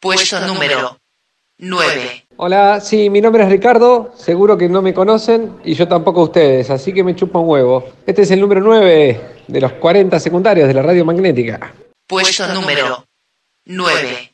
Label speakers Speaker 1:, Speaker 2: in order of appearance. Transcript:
Speaker 1: Puesto número 9.
Speaker 2: Hola, sí, mi nombre es Ricardo, seguro que no me conocen y yo tampoco a ustedes, así que me chupa un huevo. Este es el número 9 de los 40 secundarios de la radio magnética.
Speaker 1: Puesto número 9.